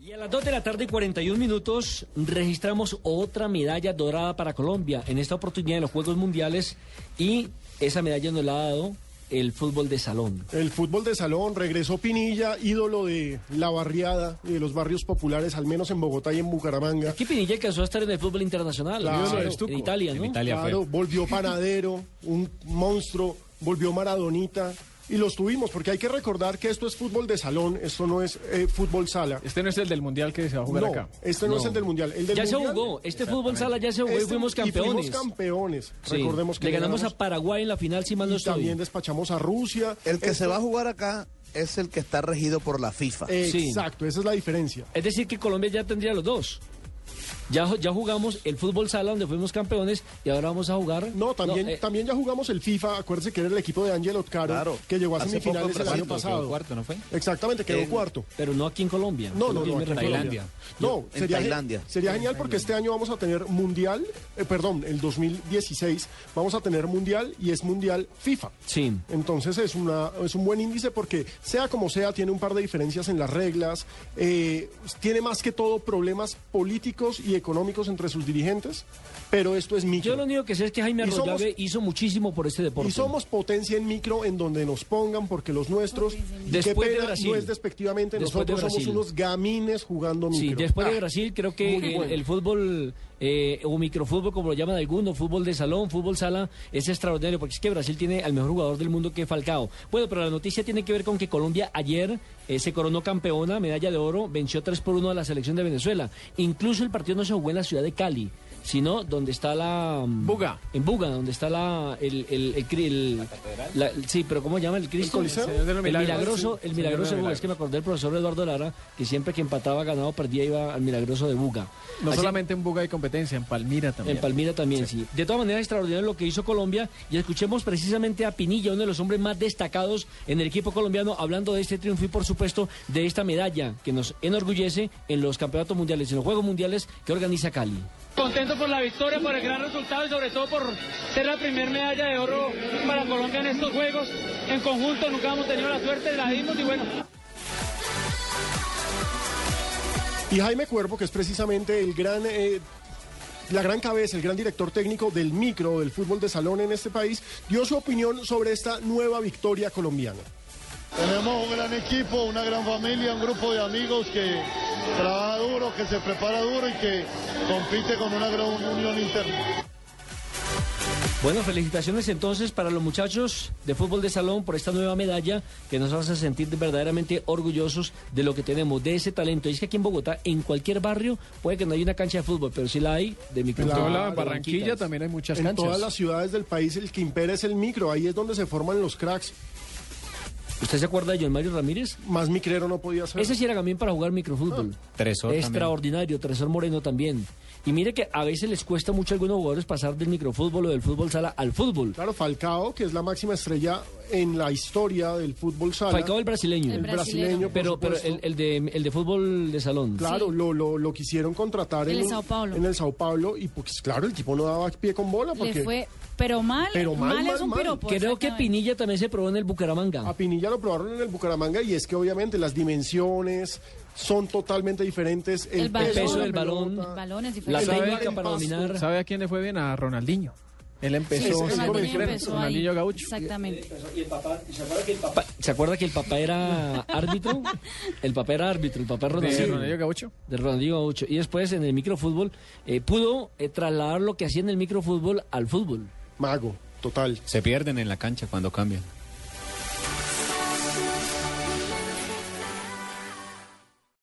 Y a las 2 de la tarde y 41 minutos registramos otra medalla dorada para Colombia en esta oportunidad de los Juegos Mundiales y esa medalla nos la ha dado el fútbol de salón. El fútbol de salón regresó Pinilla, ídolo de la barriada y de los barrios populares, al menos en Bogotá y en Bucaramanga. Aquí Pinilla alcanzó a estar en el fútbol internacional, Claro, ¿no? estuco. en Italia, ¿no? En Italia fue. Claro, volvió Panadero, un monstruo, volvió Maradonita. Y los tuvimos, porque hay que recordar que esto es fútbol de salón, esto no es eh, fútbol sala. Este no es el del mundial que se va a jugar No, acá. este no, es el del Mundial. El del Ya se mundial, jugó, este fútbol sala ya se jugó y este- fuimos campeones. fuimos campeones. Sí, Recordemos que le ganamos a Paraguay en la final, si mal no y también estoy. despachamos a Rusia. El que se Esto- va a jugar acá es el que está regido por la FIFA. Sí. Exacto, esa es la diferencia. Es decir, que Colombia ya tendría los dos. Ya, ju- ya jugamos el fútbol sala donde fuimos campeones y ahora vamos a jugar. No, también, eh, también ya jugamos el FIFA. Acuérdense que era el equipo de Angelo Caro Claro. que llegó a Hace semifinales poco el año Brasil, pasado. cuarto, ¿no fue? Exactamente, quedó En- cuarto. Pero no aquí en Colombia. No, Es lo no, que yo no. me aquí en refiero. Tailandia. No, En sería, Tailandia. Sería genial porque este año vamos a tener mundial, eh, perdón, el 2016 vamos a tener mundial y es mundial FIFA. Sí. Entonces es, una, es un buen índice porque sea como sea, tiene un par de diferencias en las reglas, eh, tiene más que todo problemas políticos y económicos entre sus dirigentes, pero esto es micro. Yo lo único que sé es que Jaime Y somos- Arroyave hizo muchísimo por este deporte. Y somos potencia en micro en donde nos pongan, porque los nuestros, y qué Después de pena, Brasil. no es despectivamente, Después de nosotros somos Brasil. unos gamines jugando micro. Sí, después de Ah, Brasil creo que muy el, bueno. el fútbol eh, o microfútbol, como lo llaman algunos, fútbol de salón, fútbol sala, es extraordinario porque es que Brasil tiene al mejor jugador del mundo que es Falcao. Bueno, pero la noticia tiene que ver con que Colombia ayer eh, se coronó campeona, medalla de oro, venció 3 por 1 a la selección de Venezuela. Incluso el partido no se jugó en la ciudad de Cali, sino donde está la... mm, Buga. En Buga, donde está la... El, el, el, cri- el- la- el- sí, pero ¿cómo llama el Cristo? Coliseo? Señor de los El Milagros. milagroso, el Sí, Señor de milagroso los de Buga. Es Milagros. que me acordé del profesor Eduardo Lara, que siempre que empataba, ganado, perdía, iba al milagroso de Buga. No Así- solamente en Buga hay competencia, en Palmira también. En Palmira también, sí. De todas maneras, extraordinario lo que hizo Colombia. Y escuchemos precisamente a Pinilla, uno de los hombres más destacados en el equipo colombiano, hablando de este triunfo y, por supuesto, de esta medalla que nos enorgullece en los campeonatos mundiales, en los Juegos Mundiales que organiza Cali. Contento por la victoria, por el gran resultado y sobre todo por ser la primera medalla de oro para Colombia en estos Juegos. En conjunto nunca hemos tenido la suerte, la dimos y bueno, Y Jaime Cuervo, que es precisamente el gran... eh, la gran cabeza, el gran director técnico del micro del fútbol de salón en este país, dio su opinión sobre esta nueva victoria colombiana. Tenemos un gran equipo, una gran familia, un grupo de amigos que trabaja duro, que se prepara duro y que compite con una gran unión interna. Bueno, felicitaciones entonces para los muchachos de fútbol de salón por esta nueva medalla que nos hace sentir verdaderamente orgullosos de lo que tenemos, de ese talento. Y es que aquí en Bogotá, en cualquier barrio, puede que no haya una cancha de fútbol, pero sí la hay de En microfútbol. todo Claro, lado, de en Barranquilla banquitas. también hay muchas En canchas. todas las ciudades del país el que impera es el micro, ahí es donde se forman los cracks. ¿Usted se acuerda de John Mario Ramírez? Más micrero no podía ser. Ese sí era también para jugar microfútbol. Tresor también. Extraordinario, Tresor Moreno también. Y mire que a veces les cuesta mucho a algunos jugadores pasar del microfútbol o del fútbol sala al fútbol. Claro, Falcao, que es la máxima estrella en la historia del fútbol sala. Falcao el brasileño. el brasileño, por pero pero supuesto. el, el de, el de fútbol de salón. Claro, lo, lo, lo quisieron contratar En en, el un- Sao Paulo. en el Sao Paulo y pues claro, el tipo no daba pie con bola porque Le fue, pero mal, Pero mal, mal, es mal, un mal. piropo. Creo que exactamente. Pinilla también se probó en el a Bucaramanga. Pinilla lo probaron en el Bucaramanga y es que obviamente las dimensiones son totalmente diferentes. El, El balón. peso, El peso de la del balón. pelota. El balón es La diferente. sabe- técnica para pasto. dominar. ¿Sabe a quién le fue bien? A Ronaldinho. Él Sí, empezó sí, siendo Ronaldinho extremo, empezó ahí. Ronaldinho Gaucho. Exactamente. Pa- ¿Se acuerda que el papá era árbitro? El papá era árbitro, el papá era De Ronaldinho. Ronaldinho Gaucho. de Ronaldinho Gaucho. Y después en el microfútbol eh, pudo eh, trasladar lo que hacía en el microfútbol al fútbol. Mago, total. Se pierden en la cancha cuando cambian.